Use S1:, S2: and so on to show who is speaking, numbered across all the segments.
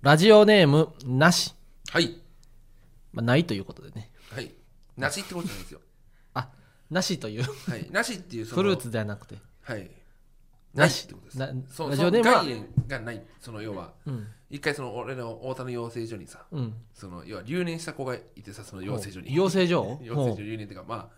S1: ラジオネームなし、
S2: はい。
S1: まあ、ないということでね
S2: はい。なしってことなん ですよ。
S1: あなしという
S2: はい。なしっていうその。
S1: フルーツではなくて
S2: はい。
S1: な
S2: な
S1: し
S2: しってことです。
S1: な
S2: そう
S1: ラジ
S2: そ
S1: オ
S2: の
S1: ネームは
S2: 概念がない。その要は、
S1: うん
S2: 一回その俺の太田の養成所にさ、
S1: うん
S2: その要は留年した子がいてさ、その養成所に。
S1: 養成所
S2: 養成
S1: ほ
S2: 所留年っていうか、ま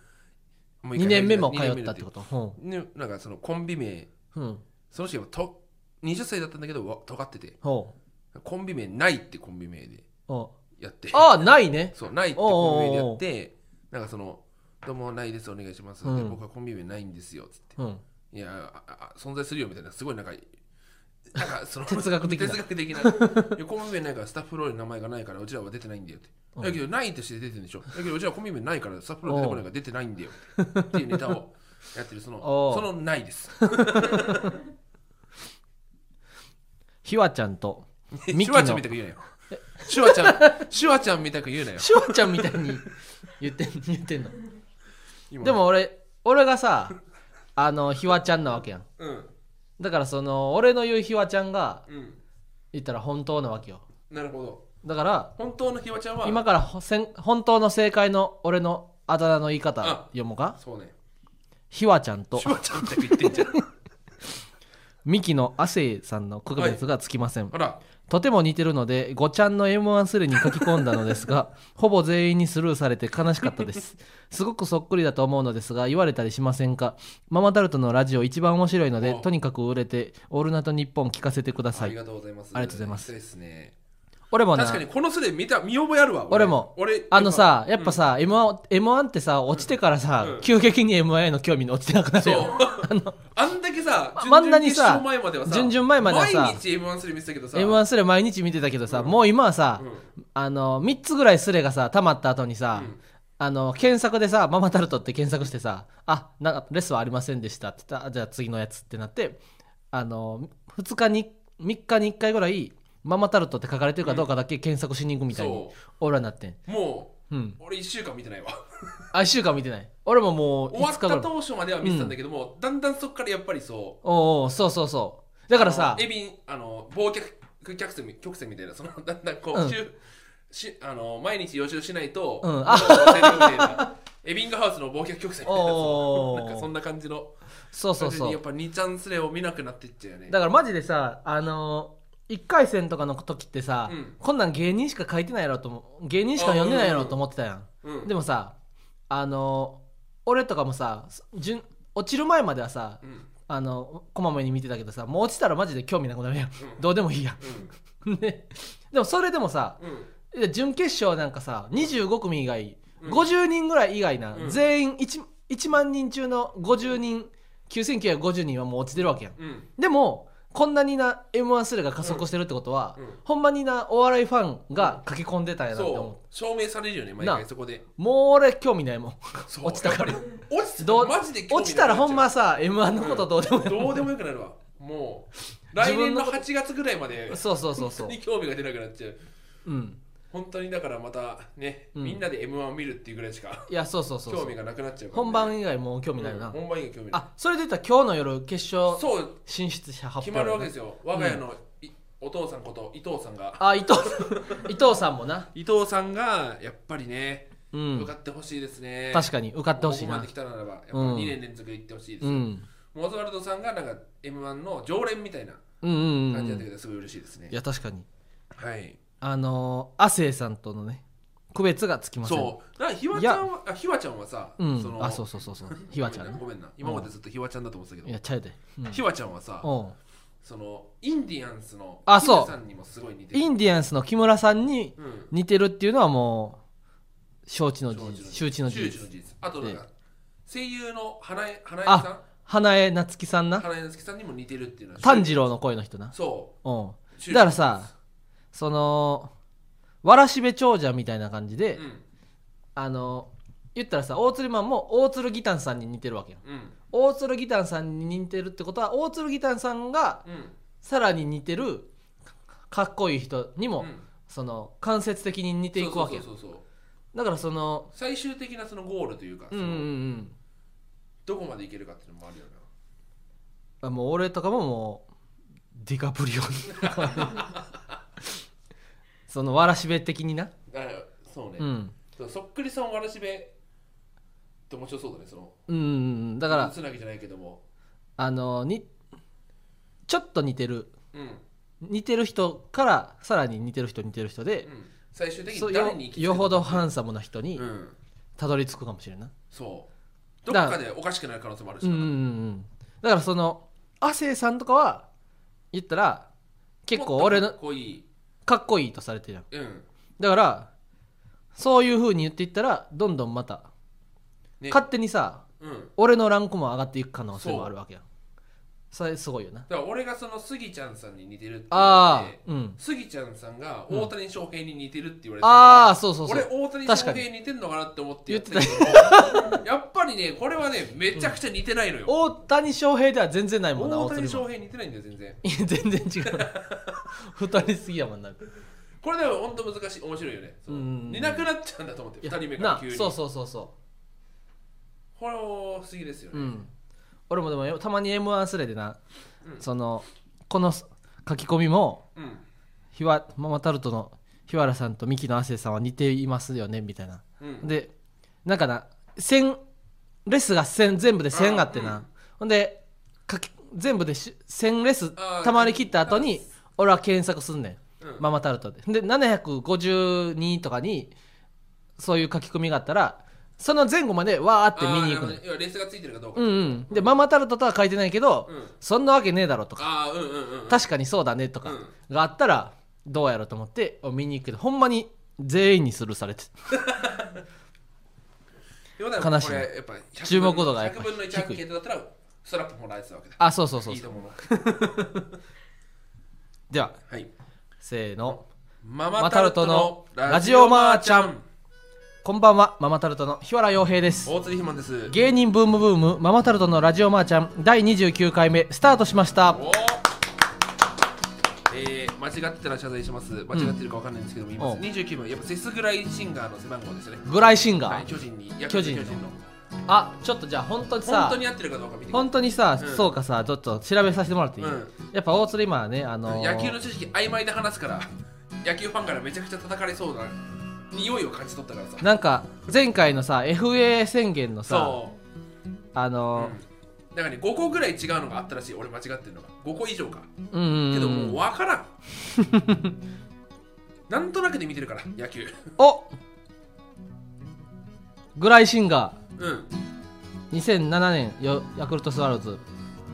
S2: あ、もう
S1: 2
S2: 一回
S1: 年目も通
S2: 二年目
S1: ったってことほ
S2: ねなんかそのコンビ名、
S1: ううん
S2: その人がと20歳だったんだけど、わ尖ってて、
S1: ほ
S2: コンビ名ないってコンビ名で
S1: うお
S2: やって。
S1: ああないね
S2: そう、ないってコンビ名でやって、なんかその、どうもないです、お願いします。で
S1: うん
S2: 僕はコンビ名ないんですよ、つって。
S1: うん
S2: いやああ存在するよみたいなすごい なんかなんかその
S1: 哲学的な
S2: 哲学的ないやコンビ名ないからスタッフロールに名前がないからうちらは出てないんだよって、
S1: うん
S2: だけどないとして出てるんでしょだけどうちらはコンビ名ないからスタッフロール出てこないから出てないんだよっていうネタをやってるその
S1: おう
S2: そのないです
S1: ひわちゃんと
S2: シ
S1: ミキ
S2: ュワちゃん
S1: の
S2: みたく言うなよシュワちゃんシュワちゃんみたく言うなよ
S1: しゅわちゃんみたいに言ってん言ってんの
S2: 今
S1: でも俺俺がさあのひわちゃんなわけやん
S2: うん
S1: だからその俺の言うひわちゃんが
S2: うん
S1: 言ったら本当なわけよ
S2: なるほど
S1: だから
S2: 本当のひわちゃんは
S1: 今からほせん本当の正解の俺のあだ名の言い方
S2: あ
S1: 読もうか
S2: そうね
S1: ひわちゃんと
S2: シュワちゃんみたく言ってんじゃん
S1: ミキの亜生さんの区別がつきません、
S2: あら
S1: とても似てるのでごちゃんの m 1スレに書き込んだのです がほぼ全員にスルーされて悲しかったですすごくそっくりだと思うのですが言われたりしませんかママタルトのラジオ一番面白いので
S2: お
S1: とにかく売れて「オールナイトニッポン」聞かせてくださ
S2: あり
S1: い
S2: がとうございます
S1: ありがとうございます
S2: そうですね
S1: 俺もな
S2: 確かにこのスレ見た見覚えあるわ
S1: 俺も
S2: 俺
S1: あのさやっぱさ、m 1 m 1ってさ落ちてからさ、
S2: うん
S1: 急激に m 1への興味に落ちてなくなる
S2: そう
S1: よ
S2: あんだけさ
S1: ま真ん
S2: 準々
S1: 中に
S2: 決
S1: さ
S2: 勝前まではさ
S1: 準々前まではさ
S2: 毎日 m 1スレ見てたけどさ
S1: m 1スレ毎日見てたけどさ、
S2: うん
S1: もう今はさ、
S2: うん
S1: あの3つぐらいスレがさ溜まった後にさ、
S2: うん
S1: あの検索でさ「ママタルト」って検索してさ「あなんかレスはありませんでした」って言ったあじゃあ次のやつってなってあの2日に3日に1回ぐらい「ママタルト」って書かれてるかどうかだけ検索しに行くみたいに
S2: そ
S1: 俺らなってん
S2: うも
S1: うん
S2: う俺1週間見てないわ
S1: あ1週間見てない俺ももう
S2: 終わっ
S1: 5日
S2: た
S1: ぐらい
S2: 当初までは見てたんだけども、だんだんそっからやっぱりそ
S1: おうおうそうそうそうだ
S2: う
S1: からさ
S2: あのエビンあの忘却客船曲線みたいなその だんだんこう、
S1: うん
S2: 週しあの毎日予習しないと、
S1: うんあ
S2: あ あエビングハウスの忘却曲線みたいな
S1: おー
S2: なんかそんな感じの
S1: そうそうそ
S2: 感じに
S1: う
S2: やっぱ2ちゃんスレを見なくなってっちゃうよね
S1: だからマジでさあのー、1回戦とかの時ってさ、
S2: うん
S1: こんなん芸人しか書いてないやろと思う芸人しか読んでないやろと思ってたやん、
S2: うん、
S1: でもさあのー、俺とかもさ順落ちる前まではさ、
S2: うん、うん
S1: あのこまめに見てたけどさもう落ちたらマジで興味なくなるやん、
S2: うん
S1: どうでもいいやん ねでもそれでもさ
S2: うん
S1: いや準決勝なんかさ25組以外、
S2: うん
S1: 50人ぐらい以外な、
S2: うん
S1: 全員 1, 1万人中の50人9950人はもう落ちてるわけやん
S2: うん
S1: でもこんなにな m 1スレが加速してるってことは、
S2: うんうん
S1: ほんまになお笑いファンが駆け込んでたんやなって思う、
S2: そう証明されるよね毎
S1: な
S2: 回そこで
S1: もう俺興味ないもん
S2: そ う
S1: 落ちたから
S2: やっぱり落ちた
S1: どう
S2: マジで興味なくなっちゃう
S1: 落ちたらほんまさ m 1のことどうでもいい、
S2: どうでもよくなるわもう
S1: 自
S2: 来
S1: 分
S2: 年
S1: の
S2: の
S1: こと
S2: 8月ぐらいまで
S1: そうそうそうそう
S2: に興味が出なくなっちゃう
S1: うん
S2: 本当にだからまたね、
S1: うん
S2: みんなで m 1を見るっていうぐらいしか
S1: いやそうそうそうそう
S2: 興味がなくなっちゃうからね、
S1: 本番以外もう興味ないよな、
S2: うん本番以外興味ない
S1: あそれで言ったら今日の夜決勝
S2: そう
S1: 進出者発表
S2: 決まるわけです
S1: よ
S2: よ我が家の、いお父さんこと伊藤さんが
S1: あ伊藤 伊藤さんもな
S2: 伊藤さんがやっぱりね、
S1: う
S2: 受か
S1: ん
S2: ってほしいですね
S1: 確かに受かってほしい
S2: ここま
S1: な
S2: で来たならばやっぱ
S1: うん
S2: 2年連続で行ってほしいです
S1: う
S2: ね、
S1: ん
S2: モズワルドさんがなんか m 1の常連みたいな
S1: うんうんうん
S2: 感じ
S1: う
S2: だ
S1: ん
S2: ったけ
S1: い
S2: どすごい嬉しいですね、
S1: や確かに
S2: はい
S1: あのー、亜生さんとのね区別がつきません
S2: そうだからひわちゃんはあひわちゃんはさ、
S1: うん
S2: その
S1: あそうそうそうそうひわちゃ んね
S2: ごめんな今までずっとひわちゃんだと思ってたけ
S1: い
S2: ど
S1: やちゃうで、うん
S2: ひわちゃんはさ
S1: おう
S2: そのインディアンスの
S1: あそう
S2: キムさんにもすごい似てる
S1: インディアンスの木村さんに
S2: うん
S1: 似てるっていうのはもう承知の事実周知の事
S2: 周知
S1: 実
S2: の事実あとなんか声優の花江花江
S1: あ
S2: さ
S1: 花江夏樹さん
S2: ん
S1: な
S2: 花江之助さんにも似てるっていうのは
S1: 炭治郎の声の人な
S2: そ
S1: うん
S2: う周知の事実
S1: だからさそのわらしべ長者みたいな感じで、
S2: うん
S1: あの言ったらさ大鶴マンも大鶴ギタンさんに似てるわけよ
S2: うん
S1: 大鶴ギタンさんに似てるってことは大鶴ギタンさんが
S2: うん
S1: さらに似てるかっこいい人にも、
S2: うん
S1: その間接的に似ていくわけよ
S2: そうそうそうそう
S1: だからその
S2: 最終的なそのゴールというか、
S1: うんうんう
S2: その
S1: ん
S2: どこまでいけるかっていうのもあるよな
S1: あもう俺とかももうディカプリオにそのわらしべ的にな
S2: あそうね、
S1: うん
S2: そうそっくりさんわらしべって面白そうだねその
S1: うんうんうんだから
S2: つなぎじゃないけども
S1: あのにちょっと似てる
S2: うん、うん、
S1: 似てる人からさらに似てる人似てる人で、
S2: 最終的
S1: そう
S2: に
S1: よ
S2: 誰に行き着くの
S1: よ
S2: か
S1: ほどハンサムな人に
S2: うん
S1: たどり着くかもしれんない、
S2: そうど
S1: だ
S2: っかでおかしくなる可能性もあるし
S1: うんうんうんうんだからその亜生さんとかは言ったら結構俺
S2: の
S1: の
S2: かっこいい
S1: かっこいいとされてるやん
S2: うん
S1: だからそういうふうに言っていったらどんどんまた
S2: ね
S1: 勝手にさ
S2: うん
S1: 俺のランクも上がっていく可能性もあるわけやんそれすごいよな
S2: だから俺がそのスギちゃんさんに似てるって言わ
S1: あ
S2: れて
S1: あうん
S2: スギちゃんさんが
S1: うん
S2: 大谷翔平に似てるって言われてたから
S1: ああそうそうそう
S2: 俺大谷
S1: 確
S2: 翔
S1: か
S2: 平
S1: に
S2: に似てんのかなって思ってやってたけど やっぱりねこれはねめちゃくちゃ似てないのよ、
S1: 大谷翔平では全然ないもんな
S2: 大
S1: 大
S2: 谷
S1: 谷
S2: 翔
S1: 翔
S2: 平似てないんだよ全然
S1: 平全然違う 太りすぎやもんな
S2: これでも本当難しい面白いよねその
S1: うん
S2: 似なくなっちゃうんだと思って
S1: いや
S2: 2人目から
S1: な
S2: 急に
S1: そうそうそうそ
S2: これも不思議ですよ
S1: うう
S2: ね、
S1: ん俺もでもたまに m 1スレでな、
S2: うん
S1: そのこの書き込みも
S2: うん
S1: ひわママタルトの日原さんとミキの亜生さんは似ていますよねみたいな
S2: うん、
S1: でなんかな線レスが線全部で線があってな、
S2: あうん
S1: ほんで書き全部でし線レス
S2: あ
S1: たまり切った後に俺は検索すんねん
S2: うん
S1: ママタルトでで752とかにそういう書き込みがあったらその前後までわーって見に行くの
S2: あーなるほどね要はレースがついてるかどうか、
S1: うんうんでママタルトとは書いてないけど、
S2: うん
S1: そんなわけねえだろとか
S2: ああうんうんうん
S1: 確かにそうだねとかがあったらどうやろうと思って見に行くけどほんまに全員にスルーされて
S2: でもだから
S1: 悲しい
S2: これやっぱ100
S1: 注目度がやっぱ
S2: 100分の1
S1: 低い
S2: アンケートだったらストラップもらえてたわけだ
S1: あそうそうそう
S2: いい
S1: そ
S2: と
S1: う
S2: 思うな
S1: では
S2: はい
S1: せーの
S2: マ
S1: マ
S2: マ
S1: タ
S2: タ
S1: ル
S2: ル
S1: ト
S2: ト
S1: の
S2: の
S1: ラ
S2: ラ
S1: ジ
S2: ジ
S1: オ
S2: オ
S1: マ
S2: マ
S1: ー
S2: ー
S1: ち
S2: ち
S1: ゃ
S2: ゃ
S1: ん
S2: ん
S1: こんばんはママタルトの日原洋平です
S2: 大釣りひまんです
S1: 芸人ブームブームママタルトのラジオマーちゃん第29回目スタートしました
S2: おーえー、間違ってたら謝罪します間違ってるかわかんないんですけども、今
S1: おう
S2: 29番やっぱセスぐらいシンガーの背番号ですよね
S1: グライシンガー、
S2: はい巨人に
S1: 巨
S2: ヤクルト
S1: 人
S2: 巨
S1: の
S2: 人の
S1: あちょっとじゃあ本当にさ
S2: 本当に合ってるかどうか見てくだ
S1: 本当にさ、
S2: うん
S1: そうかさちょっと調べさせてもらっていい、
S2: うん
S1: やっぱ大鶴今はねあのー
S2: 野球の知識曖昧で話すから野球ファンからめちゃくちゃ叩かれそうな匂いを感じ取ったからさ
S1: なんか前回のさ FA 宣言のさ
S2: そ
S1: あ
S2: う、う
S1: の
S2: ん、だからね5個ぐらい違うのがあったらしい俺間違ってるのが5個以上か
S1: ーうんうんうん
S2: けどもう分からん なんとなくで見てるから野球
S1: おグライシンガ
S2: うん
S1: ー2007年よヤクルトスワローズ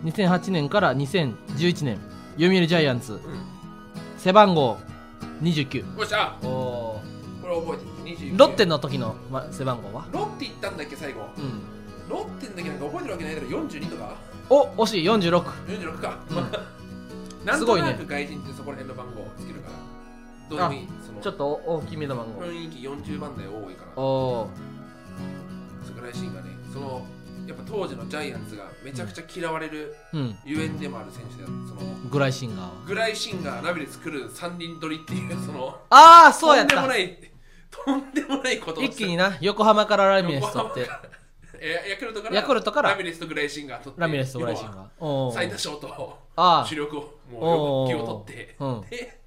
S1: 2008年から2011年読売ジャイアンツ
S2: う
S1: 背番号29
S2: んよっしゃ
S1: おー
S2: これ覚えてる29
S1: ロッテの時のま背番号は
S2: ロッテ行ったんだっけ最後
S1: うん
S2: ロッテんだけなんか覚えてるわけないだろ42とか
S1: お惜しい46
S2: 46か、
S1: うん
S2: なん
S1: すご
S2: と
S1: いね
S2: なく外人ってそこら辺の番号をつけるからどうでもいいそ の
S1: ちょっと大きめの番号
S2: 雰囲気40番台多いから
S1: おー
S2: 桜井慎がねそのやっぱ当時のジャイアンツがめちゃくちゃ嫌われる
S1: うん
S2: ゆえんでもある選手だその
S1: グライシンガーは
S2: グライシンガーラビレス来る3人取りっていうその
S1: ああそうやっ
S2: とんでも
S1: た
S2: ないとんでもないことを
S1: 一気に
S2: に
S1: な横浜からラミレス取って
S2: ヤクルトから
S1: ヤクルトから
S2: ラミレスとグライシンガー取って
S1: ラミレスとグライシンガーお
S2: 要
S1: お
S2: は最多勝と
S1: あ
S2: 主力を
S1: お
S2: も
S1: う
S2: う気を取って
S1: うん
S2: で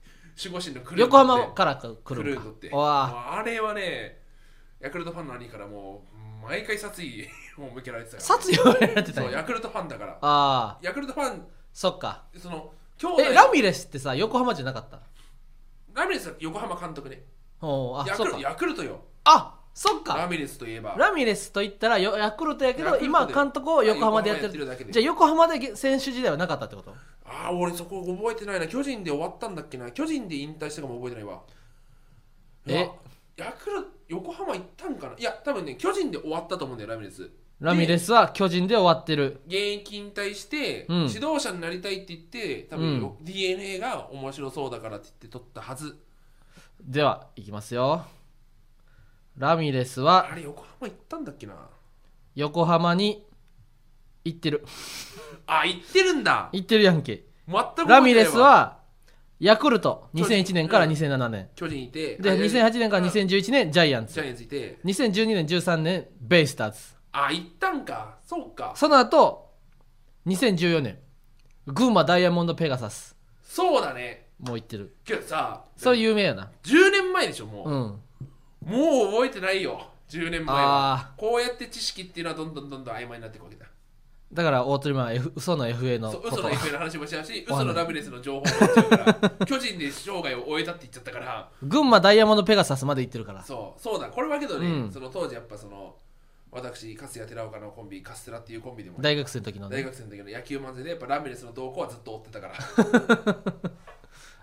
S2: 守護神のク
S1: あ
S2: ルー
S1: 横浜から来
S2: ク
S1: る
S2: ル
S1: の
S2: ー
S1: か
S2: 取って
S1: おわ
S2: あれはねヤクルトファンの兄からもう毎回殺意 を向けられてたから
S1: 殺意をやってたん
S2: そう
S1: や
S2: ヤクルトファンだから
S1: ああ
S2: ヤクルトファン
S1: そっか
S2: その兄弟
S1: えラミレスってさ横浜じゃなかった
S2: ラミレスは横浜監督ね
S1: おおあ
S2: ヤ
S1: そ
S2: ク
S1: う
S2: ル
S1: か
S2: ヤクルトよ
S1: あそっ
S2: ラ
S1: か
S2: ミレスといえば
S1: ラミレスと言ったらよヤクルトやけ
S2: ヤ
S1: ど
S2: クルトで
S1: 今は監督を横浜でやって
S2: 横浜やってるだけ
S1: る
S2: で
S1: じゃあ横浜でげ選手時代はなかったってこと
S2: ああ俺そこ覚えてないな巨人で終わったんだっけな巨人で引退したかも覚えてないわ
S1: え
S2: うわヤクルト横浜行ったんかないや多分ね巨人で終わったと思うんだよラミレス
S1: ラミレスは巨人で終わってる
S2: 現役引退して、
S1: うん
S2: 指導者になりたいって言って多
S1: う
S2: 分、
S1: ん
S2: DNA が面白そうだからって言って取ったはず
S1: ではいきますよラミレスは
S2: あれ横浜行ったんだっけな
S1: 横浜に行ってる
S2: あ行ってるんだ
S1: 行ってるやんけ
S2: 全く覚えてないわ
S1: ラミレスはヤクルト2001年から
S2: うん
S1: 2007年
S2: 巨人いて
S1: で
S2: あいや
S1: 2008年から2011年ジャイアン
S2: ジ
S1: ツ
S2: ャイアンツいて
S1: 2012年13年ベイスターズ
S2: あ行ったんかそうか
S1: その後2014年群馬ダイヤモンドペガサス
S2: そうだね
S1: もう行ってる
S2: けどさ
S1: それ有名やな
S2: 10年前でしょ
S1: う
S2: も
S1: ん
S2: う、もう覚えてないよ10年前は
S1: ああ
S2: こうやって知識っていうのはどんどんどんどん曖昧になっていくわけだ
S1: ーだから大鳥マンは F 嘘の FA の
S2: そう
S1: こ
S2: 嘘
S1: と
S2: の FA の話もしちゃうし
S1: わか
S2: 嘘
S1: んない
S2: のラミレスの情報もしちゃうか ら巨人で生涯を終えたって言っちゃったから
S1: 群馬ダイヤモンドペガサスまで行ってるから
S2: そうそうだこれはけどね、
S1: うん
S2: その当時やっぱその私粕谷寺岡のコンビカステラっていうコンビでも
S1: 大学生の時の、
S2: 大
S1: ね、
S2: 学生の時の野球漫才でやっぱラミレスの動向はずっと追ってたから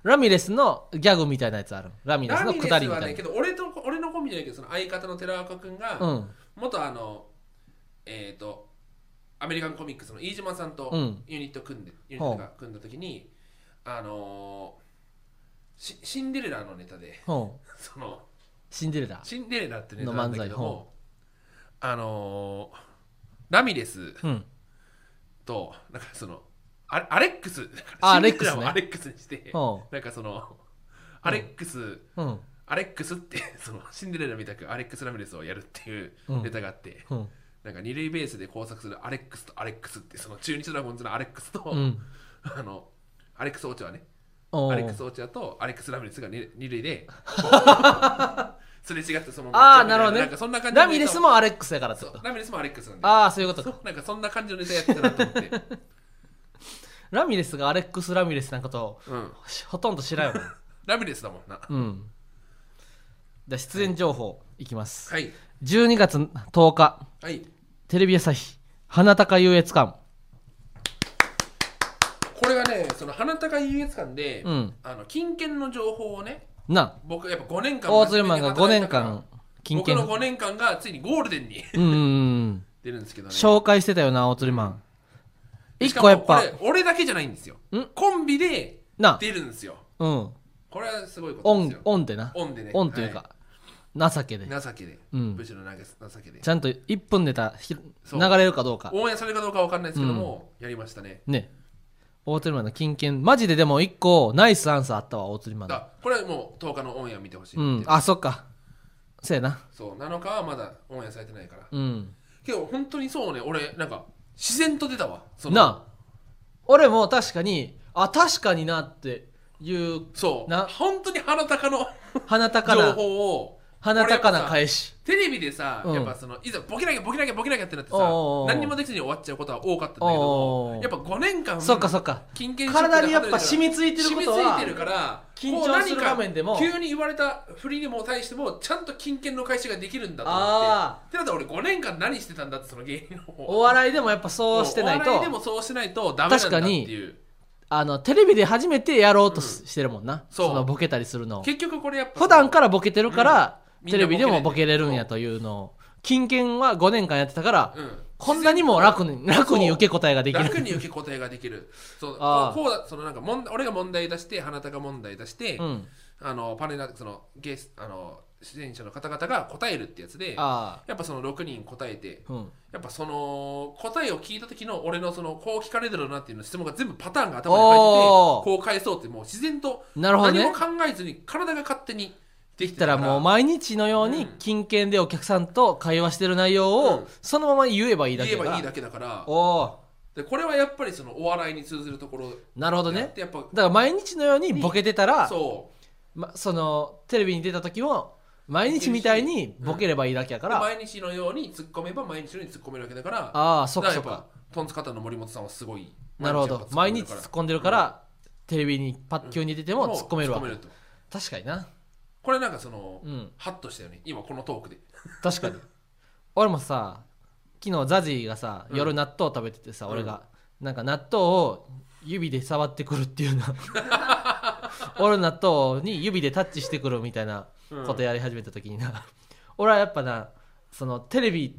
S1: ラミレスのギャグみたいなやつあるラミレス
S2: ラ
S1: の
S2: ミレ
S1: く
S2: ス
S1: だりみ
S2: は
S1: た
S2: ね
S1: い
S2: けど俺と俺のコンビじゃないけどその相方の寺岡君
S1: な
S2: が、
S1: うん
S2: 元あのえっ、とアメリカンコミックスの飯島さんと
S1: うん
S2: ユニット組んで、ユニッ
S1: ほう
S2: トが組んだ時にあのーシシンデレラのネタで
S1: ほう
S2: その
S1: シンデレラ
S2: シンデレラってネタ
S1: の
S2: な
S1: 漫
S2: ん
S1: 才
S2: だけどもあのーラミレス
S1: うん
S2: となんかそのアレアレックス
S1: あ
S2: シンデラを
S1: ア
S2: ア
S1: レ
S2: レックスにして
S1: ほ
S2: なんかそのアレックス、
S1: ううん
S2: アレックスってそのシンデレラみたくアレックス・ラミレスをやるっていうネタがあって、
S1: うん
S2: なんか二塁ベースで工作するアレックスとアレックスってその中日ドラゴンズのアレックスと、
S1: うん
S2: あのアレックス・オーチョアね
S1: おう
S2: アレックス・オーチョアとアレックス・ラミレスが二二塁ですれ違ってその
S1: あーなるほどね
S2: なんかそんな感じの
S1: ラミレスもアレックスやからって
S2: そ
S1: こ
S2: う
S1: と
S2: ラミレスもアレックスなんで
S1: ああそういうこと
S2: そ
S1: か
S2: うなんかそんな感じのネタやってたなと思って、
S1: ラミレスがアレックス・ラミレスなんかと
S2: うん、
S1: ほとんど知らんよな
S2: ラミレスだもんな
S1: うんで出演情報いきます、
S2: はい
S1: 12月10日
S2: はい
S1: テレビ朝日花高優越館
S2: これがねその花高優越館で、
S1: うん
S2: あの金券の情報をね
S1: な
S2: 僕やっぱ5年間
S1: 大鶴マンが5年間金
S2: 働いたから
S1: 券
S2: 僕の5年間がついにゴールデンに
S1: うんうんうん
S2: 出るんですけどね
S1: 紹介してたよな大鶴マン
S2: し
S1: 一
S2: か
S1: 個
S2: も
S1: やっぱ
S2: これ俺だけじゃないんですよ
S1: ん
S2: コンビで
S1: な
S2: 出るんですよ
S1: うん
S2: これはすごいこと
S1: オ
S2: です
S1: ン
S2: よ
S1: オンでな
S2: オンでね
S1: オンというか、情けで
S2: はい情けで、
S1: うん
S2: むしろなんか情けで
S1: ちゃんと1分ネタひ
S2: そ
S1: 流
S2: う
S1: れるかどうか
S2: 応援されるかどうかは分かんないですけども、やりましたね
S1: ね大鶴マンの金券マジででも1個ナイスアンサーあったわ大鶴マンの
S2: だこれはもう10日のオンエア見てほしいって
S1: う
S2: いうん
S1: あそっかそうやな
S2: そう7日はまだオンエアされてないから、
S1: うん
S2: けど本当にそうね俺なんか自然と出たわその
S1: なあ俺も確かにあ確かになっていう
S2: そう
S1: な
S2: 本当に鼻高の
S1: 鼻高
S2: 情
S1: な
S2: 報を
S1: 鼻高な
S2: 俺やっぱさ
S1: 返し
S2: テレビでさ、
S1: うん
S2: やっぱそのいざボケなきゃボケなきゃボケなきゃってなってさ
S1: おうおうおう
S2: 何にもできずに終わっちゃうことは多かったんだけど
S1: おうおうお
S2: も
S1: う
S2: やっぱ5年間
S1: そっかそっか
S2: 金券ショックで
S1: 体にやっぱ染みついてる
S2: 染
S1: こ
S2: みつ
S1: と
S2: い
S1: は
S2: てるから
S1: 緊
S2: こう
S1: 張する場面でも
S2: 何か急に言われた振りにも対してもちゃんと金券の返しができるんだと思
S1: あ
S2: ってってなったら俺5年間何してたんだってその芸人を
S1: お笑いでもやっぱそうしてない
S2: お笑
S1: と
S2: でもそうしないとダメなんだっていう
S1: あのテレビで初めてやろうとすしてるもんな、
S2: そう
S1: そのボケたりするのを
S2: 結局これやっぱ
S1: 普段からボケてるから、
S2: うん
S1: テレビでも
S2: みんな
S1: ボ
S2: ボ
S1: ケ
S2: ケ
S1: れ
S2: れ
S1: るん
S2: るん
S1: や
S2: や
S1: というのを金券は5年間やってたから、
S2: うん
S1: こんなにも楽に楽に受け答えができる
S2: 楽に受け答えができるそう
S1: あー
S2: こうこうだそのなんか問題俺が問題出して花高問題出して、
S1: うん
S2: あのパネルそのゲスあの出演者の方々が答えるってやつでや
S1: あ
S2: っぱその6人答えて
S1: あうん
S2: やっぱその答えを聞いた時の俺のそのこう聞かれるだろうなっていうの質問が全部パターンが頭に入ってて
S1: おー
S2: こう返そうってもう自然と
S1: なるほど
S2: 何も
S1: ね
S2: 考えずに体が勝手にで
S1: っ
S2: き
S1: てたらもう毎日のように
S2: うん
S1: 金券でお客さんと会話してる内容
S2: う
S1: を
S2: ん
S1: そのまま言えばいいだ
S2: 言
S1: け
S2: え
S1: だ
S2: ばいいだけだから
S1: おお
S2: でこれはやっぱりそのお笑いに通ずるところ
S1: ーなるほど
S2: であっ
S1: ね
S2: てやっぱ
S1: だから毎日のようにボケてたら
S2: そう
S1: ま、そのテレビに出た時も毎日みたいにボケればいいだけやから、あ
S2: 毎日のように突っ込めば毎日のように突っ込めるわけだから
S1: あーそっか
S2: だら
S1: そ
S2: や
S1: っ
S2: っぱ
S1: か
S2: トンツカタンの森本さんはすごい
S1: なるほど毎日
S2: やっぱ
S1: 突っ
S2: 突っ
S1: 込んでるから、テレビにパッ急に出ても
S2: 込んでる
S1: 突っ込めるわ
S2: からもう突っと
S1: 確かにな
S2: これなんかその、
S1: うん
S2: ハッとしたよね今このトークで
S1: 確かに俺もさ昨日ザジーがさ
S2: うん
S1: 夜納豆食べててさ、
S2: うん
S1: 俺がなんか納豆を指で触ってくるっていうな 俺の納豆に指でタッチしてくるみたいなことやり始めた時にな、俺はやっぱなそのテレビ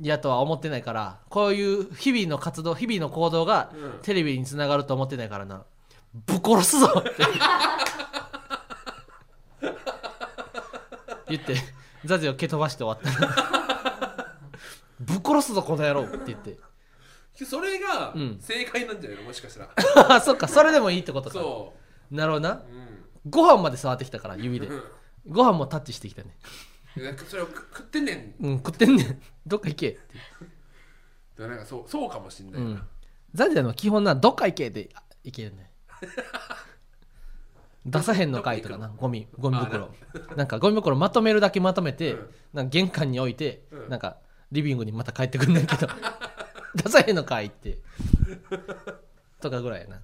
S1: やとは思ってないからこういう日々の活動日々の行動が
S2: うん
S1: テレビにつながると思ってないからな、ぶっ殺すぞって言ってザジを蹴飛ばして終わったぶっ殺すぞこの野郎って言って
S2: それが
S1: うん
S2: 正解なんじゃないのもしかしたら
S1: あそっかそれでもいいってことか
S2: そ
S1: なるほどな
S2: う、う
S1: ご飯まで触ってきたから指
S2: ん、
S1: で
S2: う
S1: ご飯もタッチしてきたね
S2: んなんかそれを食食ってんねん
S1: うん食ってんねんどっか行けって
S2: だからなんかそうそうかもしんな
S1: う
S2: いな、
S1: ん、ザジダの基本などっか行けであ行けるね出さへんのかいとかな
S2: ど
S1: ゴミゴミ袋
S2: あ
S1: なんかゴミ袋まとめるだけまとめて、
S2: うん
S1: なんか玄関に置いて、
S2: うん
S1: なんかリビングにまた帰ってくんねんけ ど出さへんのかいってとかぐらいやな
S2: あ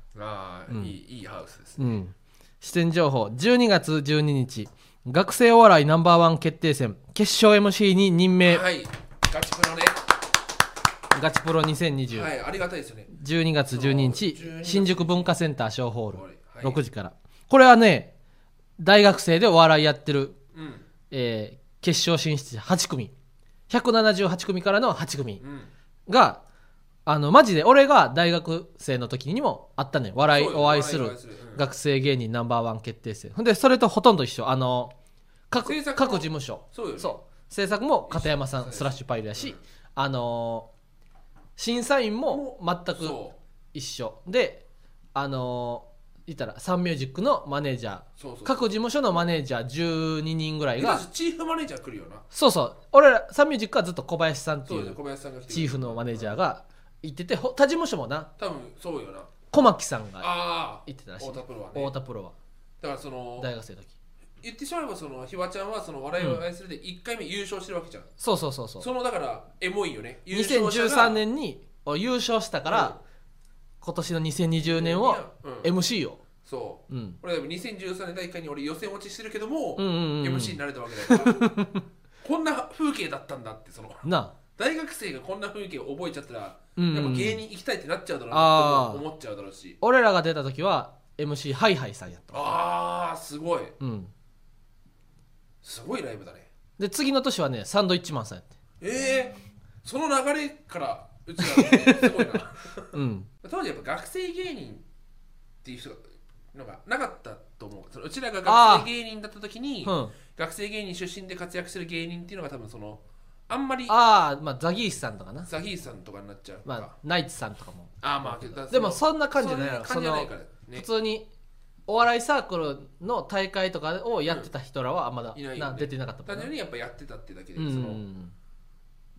S2: あ、
S1: うん
S2: いいいいハウスですね
S1: うん視点情報12月12日学生お笑いナンバーワン決定戦決勝 MC に任命
S2: はいガチプロね
S1: ガチプロ2020、
S2: はいありがたいですよね
S1: 12月12日
S2: 12月
S1: 新宿文化センター小ホール
S2: はい
S1: 6時からこれはね大学生でお笑いやってる、
S2: うん
S1: えー決勝進出者8組178組からの8組
S2: うん
S1: があのマジで俺が大学生の時にもあったね笑いを愛する
S2: 学
S1: 学生芸人ナンバーワン決定戦ほんでそれとほとんど一緒あの各
S2: 制作も
S1: 各事務所
S2: そうよね
S1: そう制作も片山さ
S2: 一緒
S1: んスラッシュパイルやし、
S2: うん
S1: あのー審査員も全く
S2: そ
S1: 一緒であのー言ったらサンミュージックのマネージャー
S2: うそうそう
S1: 各事務所のマネージャー12人ぐらい
S2: 下
S1: が
S2: 手するとチーフマネージャー来るよな
S1: そうそう俺らサンミュージックはずっと小林さんって
S2: そう
S1: い
S2: だね
S1: う
S2: 小林さんが来て
S1: チーフのマネージャーが行っててほ他事務所もな
S2: 多分そうよな
S1: 小牧さんが
S2: ああ
S1: 行ってたらしい
S2: 太田プロはね
S1: 太田プロは
S2: だからその
S1: 大学生の時
S2: 言ってしまえばそのひわちゃんはその笑いを愛するで1回目優勝してるわけじゃん
S1: そうそうそうそう
S2: そのだからエモいよね優勝者が
S1: 2013年にお優勝したから、今年の2020年を
S2: うん
S1: MC を、
S2: そう
S1: うん、
S2: 俺でも2013年第1回に俺予選落ちしてるけども、
S1: うんうんうん
S2: MC になれたわけだからこんな風景だったんだってその
S1: な
S2: 大学生がこんな風景を覚えちゃったら、
S1: うんうん
S2: やっぱ芸人行きたいってなっちゃうだろう
S1: あ
S2: な
S1: ー
S2: って思っちゃうだろうし
S1: 俺らが出た時は MC ハイハイさんやった、
S2: ああすごい
S1: うん、
S2: すごいライブだね
S1: で次の年はねサンドイッチマンさんやって
S2: ええその流れからうちらのすごいな
S1: うん
S2: 当時やっぱ学生芸人っていう人がのがなかったと思うそのうちらが
S1: あ
S2: 学生芸人だった時に、
S1: うん、
S2: 学生芸人出身で活躍する芸人っていうのが多分そのあんまり
S1: ああまあザギースさんとかな、
S2: ザヒーさんとかになっちゃうか、
S1: まあ、ナイツさんとかも
S2: あーまあけどだ
S1: でも
S2: そ
S1: そんな
S2: の
S1: 感じじゃないの
S2: そ
S1: そう
S2: いう感じじゃない
S1: の
S2: からね
S1: 普通にお笑いサークルの大会とかをやってた人らはまだ
S2: いないよね
S1: な出てなかったも
S2: 単
S1: んな
S2: 純にやっぱやってたってだけで、
S1: うん
S2: その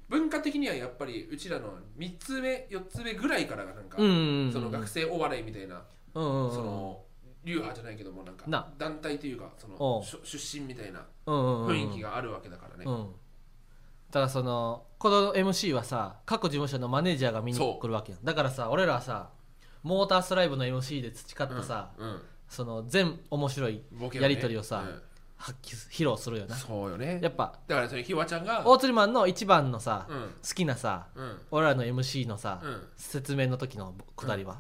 S2: 文化的にはやっぱりうちらの3つ目4つ目ぐらいからがなんか、
S1: うんうんうん
S2: その学生お笑いみたいな、
S1: うんうんうん
S2: その流派じゃないけどもなんか
S1: な
S2: 団体というかそ
S1: お
S2: の
S1: う
S2: しょ出身みたいな
S1: うんうんうん
S2: 雰囲気があるわけだからね、
S1: うん、だからそのこの MC はさ各事務所のマネージャーが見に
S2: そう
S1: 来るわけやんだからさ俺らはさモータースライブの MC で培ったさ、
S2: うん
S1: その全面白い
S2: ボケの
S1: や
S2: ね
S1: り取りをさ、
S2: う
S1: 発揮す披露するよ
S2: ん
S1: な
S2: そうよね
S1: やっぱ
S2: だからそれひわちゃんが
S1: 大釣りマンの一番のさ、
S2: うん
S1: 好きなさ
S2: うん
S1: 俺らの MC のさ、
S2: うん
S1: 説明の時のくだりは、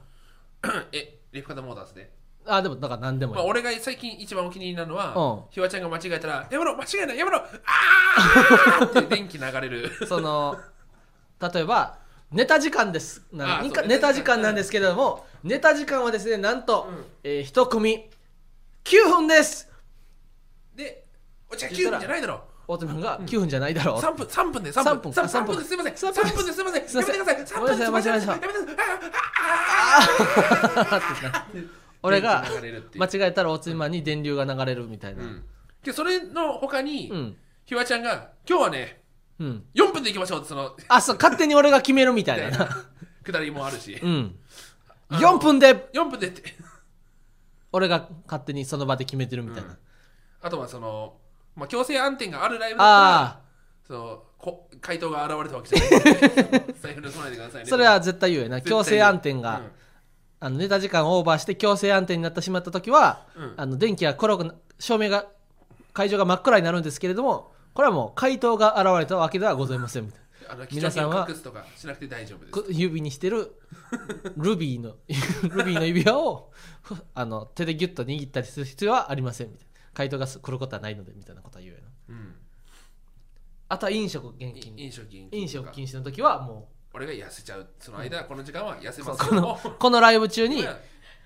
S2: えレフカタモーターズね
S1: あでもだから何でもい
S2: ま
S1: い、
S2: あ、俺が最近一番お気に入りなのは、
S1: うん
S2: ひわちゃんが間違えたら「やめろ間違えないやめろあー!」って電気流れる
S1: その例えばネタ時間ですな
S2: あ
S1: に
S2: そう
S1: ネタ時間なんですけれどもネタ時間はですねなんと、
S2: うん
S1: え1組9分です
S2: で「お茶9分じゃないだろ
S1: オートマンが9分じゃないだろう、
S2: 3分3分で3
S1: 3分
S2: 分3分
S1: あ3分
S2: ですいません
S1: 3
S2: 3
S1: 分
S2: 分ですいません
S1: すいません
S2: やめてください3
S1: ごめん
S2: 分
S1: な
S2: で
S1: さい
S2: すいま
S1: 間違えまし
S2: せんやめ
S1: た
S2: てください
S1: 俺が
S2: 電気流れるっていう
S1: 間違えたらオートマンに電流が流れるみたいな
S2: あーでそれの他に、
S1: うん
S2: ひわちゃんが「今日はね
S1: うん、
S2: 4分でいきましょう」ってその
S1: あそう勝手に俺が決めるみたい
S2: みたい
S1: な
S2: なくだりもあるし
S1: うん
S2: あ
S1: 4
S2: の
S1: 分で
S2: 4分でって
S1: 俺が勝手にその場で決めてるみたいな、
S2: うんあとはその、まあ、強制暗転があるライブだったら
S1: あ
S2: そのこ回答が現れたわけじゃ ない財布盗まないでください
S1: あ
S2: ね
S1: それは絶対言うよな
S2: 絶対言
S1: 強
S2: う
S1: 制暗転が、
S2: うん
S1: あのネタ時間オーバーして強制暗転になってしまった時は、
S2: うん
S1: あの電気が黒くな照明が会場が真っ暗になるんですけれどもこれはもう回答が現れたわけではございませ んみたいな
S2: あの
S1: 皆さんは
S2: 貴重品を隠すとかしなくて大丈夫です
S1: く指にしてるルビーの ルビーの指輪をふあの手でギュッと握ったりする必要はありませんみたいな回答がす黒いことはないのでみたいなことは言うよな
S2: うん
S1: あとは飲食厳
S2: い
S1: 禁
S2: 飲食禁止
S1: 飲食禁止の時はも
S2: 俺が痩せちゃうその間、この時間は痩せ
S1: う
S2: ま
S1: そう
S2: す
S1: このこのライブ中に
S2: うん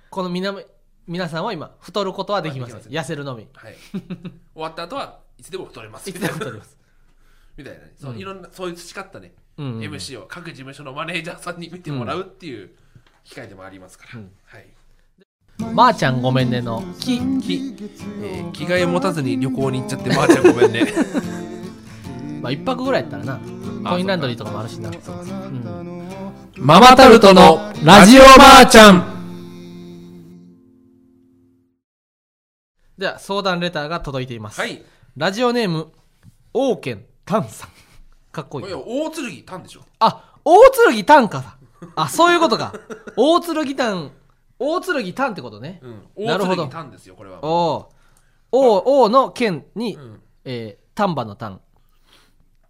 S1: このみな皆さんは今太ることはできません
S2: まあでき
S1: 痩せるのみ
S2: はい、終わった後はいつでも太れます
S1: い
S2: み
S1: つ
S2: た
S1: でも
S2: いな
S1: 太ります、
S2: みたいなねそう
S1: うん
S2: いろんなそういう培ったね、
S1: うんうんうん
S2: MC を各事務所のマネージャーさんに見てもらうっていう機会でもありますから、
S1: うん
S2: はい
S1: まー、ちゃんごめんねのき
S2: きえー着替え持たずに旅行に行っちゃってまー、ちゃんごめんね
S1: まあ、1泊ぐらいやったらなコインランドリーとかもあるしなうん
S2: ママタルトの
S1: ラジオばあ
S2: ちゃん
S1: では相談レターが届いています、
S2: はい。
S1: ラジオネーム王健丹さんかっこ
S2: こ
S1: いい
S2: れ大剣たんでしょ。
S1: あ大剣丹かさあそういうこと か大剣丹大剣丹ってことね、
S2: うん。
S1: なるほ
S2: 大
S1: ど
S2: 剣たんですよこれは。
S1: おう王王の剣に、
S2: うん。
S1: えー丹波の丹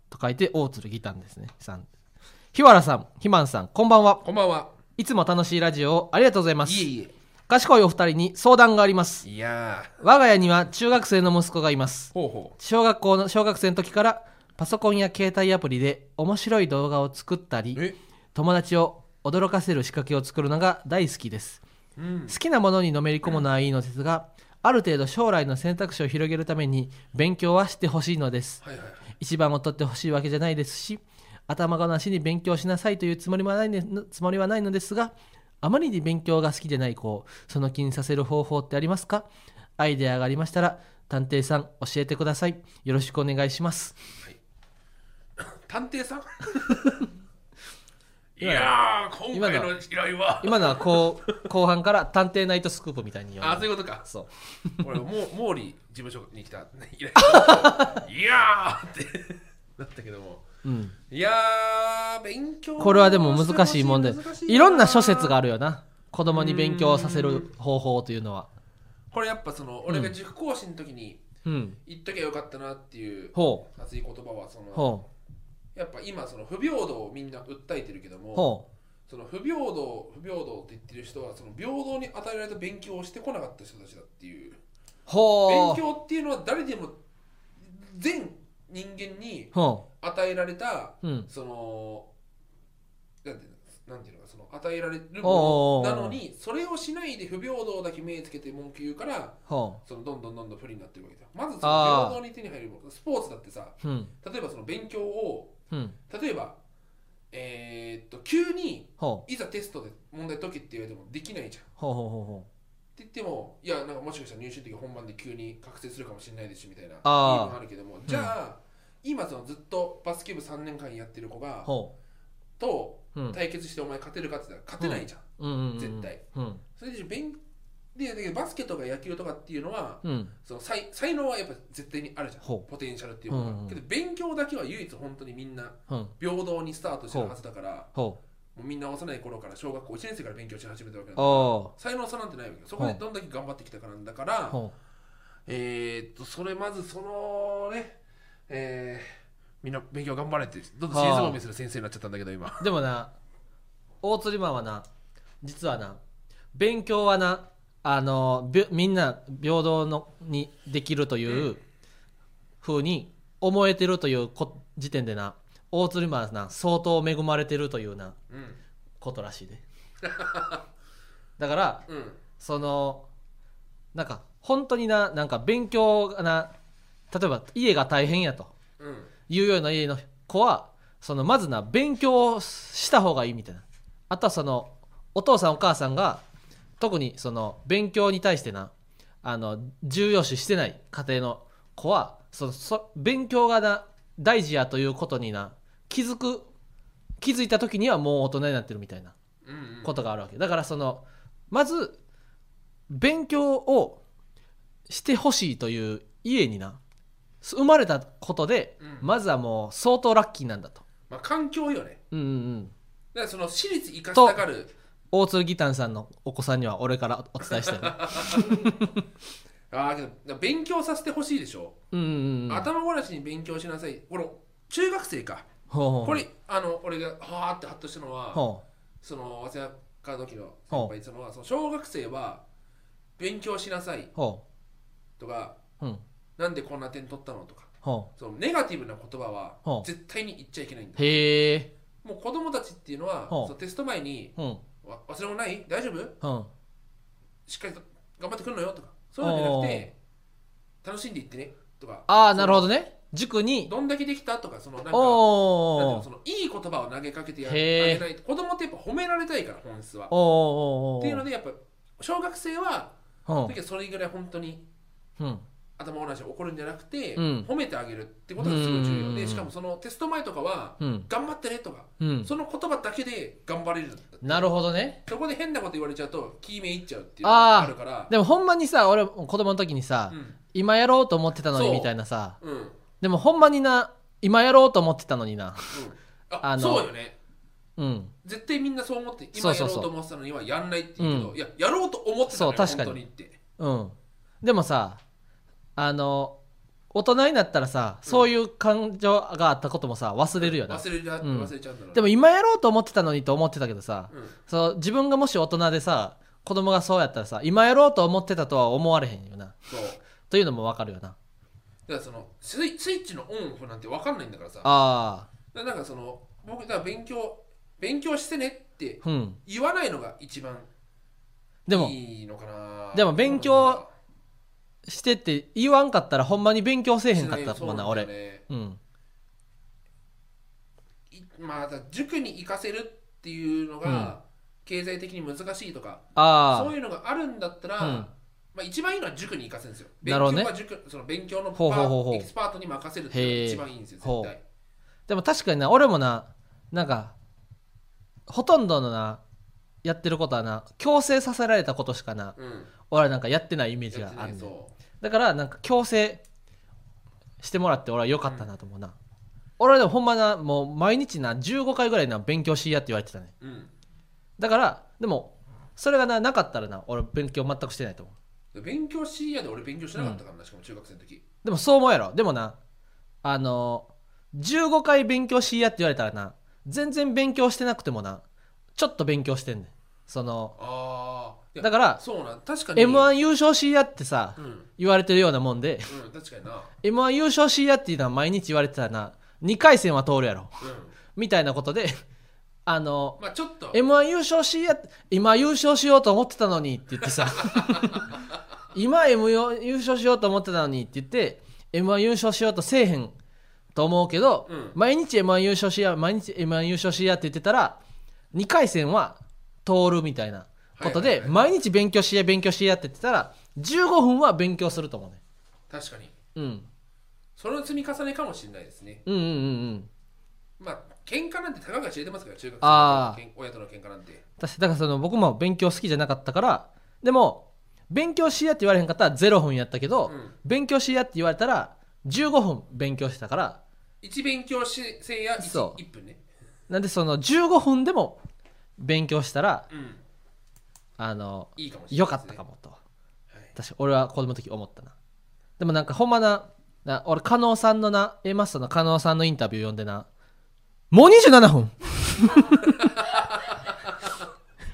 S1: と書いて大剣丹ですねさん日原さんひまんさんこんばんは
S2: こんばんは。
S1: いつも楽しいラジオをありがとうございます
S2: いえい
S1: 賢いお二人に相談があります
S2: え。いやー。
S1: 我が家には中学生の息子がいます
S2: ほうほ
S1: 小学校の小学生の時からパソコンや携帯アプリで面白い動画を作った
S2: う。
S1: り
S2: え。
S1: 友達を驚かせる仕掛けを作るのが大好きです
S2: うん
S1: 好。きなものにのめり込むのはいいのですがある程度将来の選択肢を広げるために勉強はしてほしいのです
S2: はいはい。
S1: 一番を取ってほしいわけじゃないですし頭がなしに勉強しなさいというつもりはない,、ね、つもりはないのですがあまりに勉強が好きでない子をその気にさせる方法ってありますかアイデアがありましたら探偵さん教えてくださいよろしくお願いします
S2: 探偵さん。いやー、今回の依頼は。
S1: 今のはこう 後半から探偵ナイトスクープみたいに読
S2: あ、そうんいうことか。
S1: そう
S2: 俺、もう、毛利事務所に来た。依頼いやーってなったけども。
S1: うん、
S2: いやー、勉強。
S1: これはでも難しい問題いろんな諸説があるよな子供に勉強させる方法というのは
S2: これやっぱその、俺が塾講師の時に
S1: うん
S2: 言っときゃよかったなっていう
S1: ほ
S2: 熱い言葉は、そうの、
S1: ほ
S2: やっぱ今、その不平等をみんな訴えてるけど
S1: う
S2: も、
S1: ほ
S2: その不平等、不平等って言ってる人は、その平等に与えられた勉強をしてこなかった人たちだっていう。
S1: うほ
S2: 勉
S1: う
S2: 強っていうのは誰でも全人間に
S1: ほ
S2: 与えられた
S1: ううん
S2: そのなんていうのなんていうのかその与えられる
S1: お
S2: も
S1: うおうおう
S2: のなのにそれをしないで不平等だけ目つけて文句言うから
S1: ほ
S2: そのどんどんどんどん不利になってるわけだよまずそ
S1: あー
S2: の平等に手に入るものスポーツだってさ
S1: ううん
S2: 例えばその勉強を
S1: うん
S2: 例えばえーっと急に
S1: ほう
S2: いざテストで問題解けって言われてもできないじゃん
S1: ほうほうほうほ
S2: って言ってもいやなんかもしかしたら入試の時本番で急に覚醒するかもしれないですしみたいな
S1: あー
S2: 言い分あるけどもじゃあ、今そのずっとバスケ部3年間やってる子
S1: う
S2: が
S1: ほ
S2: と
S1: ううん
S2: 対決してお前勝てるかって言ったら勝てないじゃん、
S1: うんうんうん
S2: 絶対
S1: うん
S2: それで勉でだけどバスケとか野球とかっていうのは
S1: うん
S2: その才才能はやっぱ絶対にあるじゃん
S1: ほ
S2: ポテンシャルっていうのが、
S1: うんうん
S2: けど勉強だけは唯一本当にみんな
S1: うん
S2: 平等にスタートしてるはずだから
S1: ほ
S2: もうみんな幼い頃から小学校1年生から勉強し始めたわけだ
S1: う
S2: から
S1: お
S2: 才能差なんてないわけよそこでどんだけ頑張ってきたかなんだから、
S1: ーほ
S2: えーっと、それまずそのね、えーみんな勉強頑張れって、どんど
S1: は
S2: ん
S1: あ
S2: 先生を見せる先生になっちゃったんだけど、今。
S1: うでもな大釣りマンはな実はな勉強はなあのびみんな平等のにできるというふうに思えてるというこ時点でな大釣りマンはな相当恵まれてるというな
S2: うん。
S1: ことらしいでだから
S2: うん。
S1: そのなんか本当にななんか勉強がな例えば家が大変やと
S2: うん。
S1: いうような家の子はそのまずな勉強をした方がいいみたいなあとはそのお父さんお母さんが特にその勉強に対してなあの重要視してない家庭の子はそのそ勉強がな大事やということにな気づく気づいた時にはもう大人になってるみたいな
S2: うん、うん。
S1: ことがあるわけだからそのまず勉強をしてほしいという家にな生まれたことで、
S2: うん
S1: まずはもう相当ラッキーなんだと。
S2: まあ、環境よね。
S1: うんうんうん
S2: だから、その私立生かしたがる。
S1: 大鶴ギタンさんのお子さんには俺からお伝えしてる。
S2: ああ、けど、勉強させてほしいでしょ。
S1: うんうんうん。
S2: 頭ごなしに勉強しなさい。この、中学生か。
S1: ほうほう
S2: これ、あの、俺が、はーってハッとしたのは、
S1: ほ
S2: その、早稲田の時の先輩いつもは、その小学生は、勉強しなさいう
S1: ほ
S2: とか、
S1: ううん
S2: なんでこんな点取ったのとか。
S1: ほ
S2: そのネガティブな言葉
S1: ほ
S2: は
S1: う
S2: 絶対に言っちゃいけないんだ
S1: うへえ
S2: もう子供たちっていうのは
S1: ほう
S2: そのテスト前に
S1: うん
S2: わ忘れ物ない大丈夫
S1: うん
S2: しっかりと頑張ってくるのよとかそういうのじゃなくて楽しんでいってねとか
S1: ああなるほ
S2: ど
S1: どね塾に
S2: どんだけできたとかそのなんかなんていう
S1: お
S2: の
S1: ー
S2: そのいい言葉を投げかけてやあ
S1: へー
S2: げないと子供ってやっぱ褒められたいから本質はっ
S1: おーおーおーおー
S2: ていうのでやっぱ小学生は
S1: うん
S2: 時はそれぐらい本当に
S1: うん
S2: 頭ごなしに怒るんじゃなくて、
S1: うん
S2: 褒めてあげるってことがすごい重要
S1: う
S2: で
S1: ん
S2: しかもそのテスト前とかは「
S1: うん
S2: 頑張ってね」とか、
S1: うん
S2: その言葉だけで頑張れるんだって
S1: なるほどね
S2: そこで変なこと言われちゃうとキーメンいっちゃうっていうのがあるから
S1: でもほんまにさ俺も子供の時にさ、
S2: うん
S1: 今やろうと思ってたのに
S2: そう
S1: みたいなさ
S2: うん、うん、
S1: でもほんまにな今やろうと思ってたのにな
S2: あ
S1: あの
S2: そうよね
S1: うん
S2: 絶対みんなそう思って
S1: そ
S2: 今
S1: う
S2: や
S1: そ
S2: ろ
S1: う
S2: う
S1: そう
S2: と思ってたのにはやんないって言うけど、
S1: う
S2: いややろうと思ってた
S1: そ
S2: の
S1: う
S2: よ
S1: 確か
S2: 本
S1: に
S2: 当にって
S1: うんでもさあの大人になったらさそういう感情があったこともさ忘れるよな、
S2: 忘れちゃう
S1: うん
S2: 忘れちゃうんだろうね
S1: でも今やろうと思ってたのにと思ってたけどさ、
S2: うん
S1: そう自分がもし大人でさ子供がそうやったらさ今やろうと思ってたとは思われへんよな
S2: そうだか
S1: というのもわかるよな
S2: らそのスイスイッチのオンオフなんて分かんないんだからさ
S1: あ
S2: だからなんかその僕だから勉強勉強してねって
S1: あうん
S2: 言わないのが一番
S1: でも
S2: いいのかな
S1: でも勉強してって言わんかったらほんまに勉強せえへんかったもんな
S2: そう
S1: 俺
S2: んだよね
S1: うん
S2: いまあだから塾に行かせるっていうの
S1: うん
S2: が経済的に難しいとか、そ
S1: あ
S2: ういうのがあるんだったら、
S1: うん
S2: まあ、一番いいのは塾に行かせるんですよ。
S1: なるほどね
S2: 勉強は塾その勉強のパ
S1: ほうほうほうほう
S2: ーエキスパートに任せるっていうのが一番いいんですよ、
S1: へー
S2: 絶対。
S1: あでも確かにな俺もななんかほとんどのなやってることはな強制させられたことしかな
S2: うん、
S1: 俺はなんかやってないイメージ
S2: や
S1: が
S2: って
S1: あ
S2: ね
S1: る
S2: そ
S1: だからなんか強制してもらって俺は良かったなと思うな、俺はでもほんまなもう毎日な15回ぐらいな勉強しいやって言われてたね
S2: う。うん
S1: だからでもそれがななかったらな俺勉強全くしてないと思う
S2: で勉強しいやで俺勉強しなかったからな、しかも中学生の時。
S1: でもそう思うやろでもなあの15回勉強しいやって言われたらな全然勉強してなくてもなちょっと勉強してんねんその
S2: ああ。いや
S1: だから
S2: そうなん、確かに。
S1: m 1優勝しいやってさ、
S2: うん、う
S1: 言われてるようなもんで
S2: ん、確かにな。
S1: m 1優勝しいやっていうのは毎日言われてたらな2回戦は通るやろ
S2: うん。
S1: みたいなことであの
S2: まあちょっと、
S1: m 1優勝しいや今優勝しようと思ってたのにって言って さ今 m 1優勝しようと思ってたのにって言って m 1優勝しようとせえへんと思うけど、
S2: うん
S1: 毎日 m 1優勝しや毎日 m 1優勝しやって言ってたら2回戦は通るみたいなことで、
S2: はいはいはい
S1: 毎日勉強しや勉強しやって言ってたら15分は勉強すると思うね、
S2: 確かに。
S1: うん、
S2: その積み重ねかもしれないですね。
S1: うんうんうんうん
S2: まあ、喧嘩なんてたかが知れてますから、中学生
S1: あー
S2: の時の喧親との喧嘩なんて。
S1: 私だからその僕も勉強好きじゃなかったからでも勉強しやって言われへんかったら0分やったけど、
S2: うん
S1: 勉強しやって言われたら15分勉強してたから
S2: 一勉強しせいや一
S1: そう
S2: 一分ね。
S1: なんでその15分でも勉強したら
S2: うん。
S1: あの
S2: いいかもしれな
S1: 良
S2: い
S1: か
S2: です
S1: っ
S2: ね、
S1: たかもと
S2: はい。
S1: 私俺は子供の時思ったなでもなんかほんまなな俺加納さんのな A マスターの加納さんのインタビュー読んでなもう27分